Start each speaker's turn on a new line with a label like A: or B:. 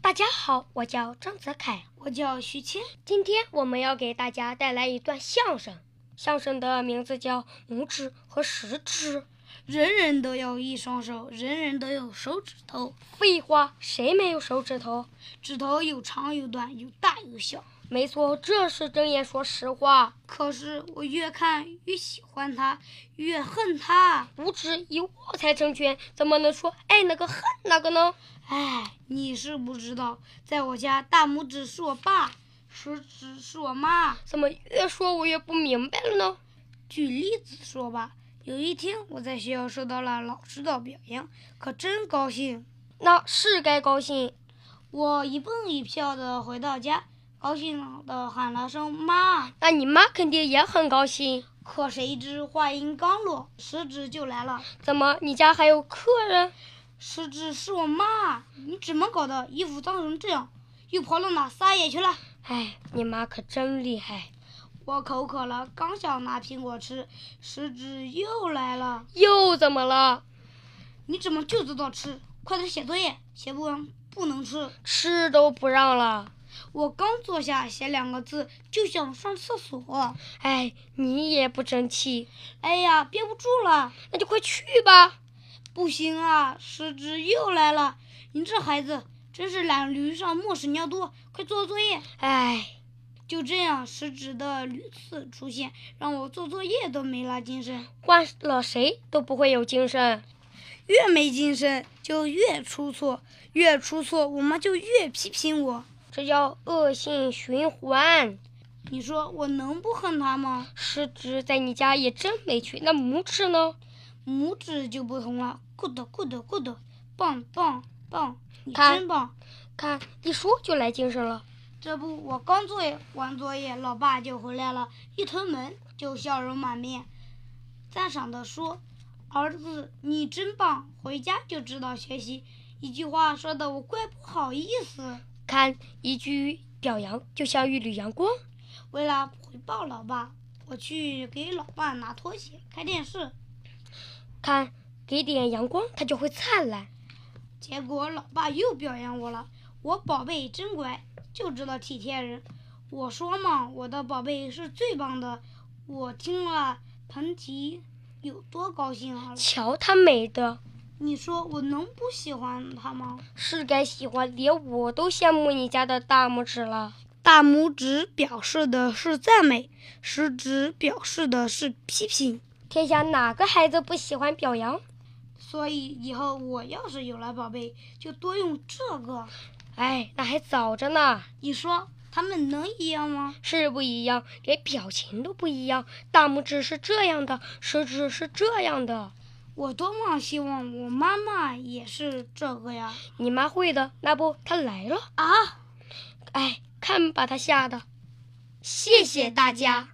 A: 大家好，我叫张泽凯，我叫徐谦。今天我们要给大家带来一段相声，相声的名字叫《拇指和食指》。
B: 人人都有一双手，人人都有手指头，
A: 废话，谁没有手指头？
B: 指头有长有短，有大有小。
A: 没错，这是睁眼说实话。
B: 可是我越看越喜欢它，越恨它。
A: 五指一握才成拳，怎么能说爱哪个恨哪个呢？
B: 哎，你是不知道，在我家大拇指是我爸，食指是我妈。
A: 怎么越说我越不明白了呢？
B: 举例子说吧，有一天我在学校受到了老师的表扬，可真高兴。
A: 那是该高兴。
B: 我一蹦一跳的回到家，高兴的喊了声妈。
A: 那你妈肯定也很高兴。
B: 可谁知话音刚落，食指就来了。
A: 怎么你家还有客人？
B: 食指是我妈，你怎么搞的？衣服脏成这样，又跑到哪撒野去了？
A: 哎，你妈可真厉害，
B: 我口渴了，刚想拿苹果吃，食指又来了。
A: 又怎么了？
B: 你怎么就知道吃？快点写作业，写不完不能吃。
A: 吃都不让了。
B: 我刚坐下写两个字，就想上厕所。
A: 哎，你也不争气，
B: 哎呀，憋不住了，
A: 那就快去吧。
B: 不行啊，食指又来了。你这孩子真是懒驴上磨屎尿多，快做作业。
A: 哎，
B: 就这样，食指的屡次出现，让我做作业都没了精神。
A: 换了谁都不会有精神。
B: 越没精神就越出错，越出错我妈就越批评我。
A: 这叫恶性循环。
B: 你说我能不恨她吗？
A: 食指在你家也真没去，那拇指呢？
B: 拇指就不同了，good good good，棒棒棒，你
A: 看
B: 真棒！
A: 看一说就来精神了。
B: 这不，我刚做完作业，老爸就回来了，一推门就笑容满面，赞赏地说：“儿子，你真棒，回家就知道学习。”一句话说的我怪不好意思。
A: 看一句表扬就像一缕阳光。
B: 为了回报老爸，我去给老爸拿拖鞋、开电视。
A: 看给点阳光，它就会灿烂。
B: 结果老爸又表扬我了，我宝贝真乖，就知道体贴人。我说嘛，我的宝贝是最棒的。我听了彭吉有多高兴啊好了。
A: 瞧它美的，
B: 你说我能不喜欢他吗？
A: 是该喜欢，连我都羡慕你家的大拇指了。
B: 大拇指表示的是赞美，食指表示的是批评。
A: 天下哪个孩子不喜欢表扬？
B: 所以以后我要是有了宝贝，就多用这个。
A: 哎，那还早着呢，
B: 你说他们能一样吗？
A: 是不一样，连表情都不一样。大拇指是这样的，食指是这样的。
B: 我多么希望我妈妈也是这个呀！
A: 你妈会的，那不她
B: Ah,
A: 来了。
B: 啊。
A: 哎，看把她吓的。谢谢大家。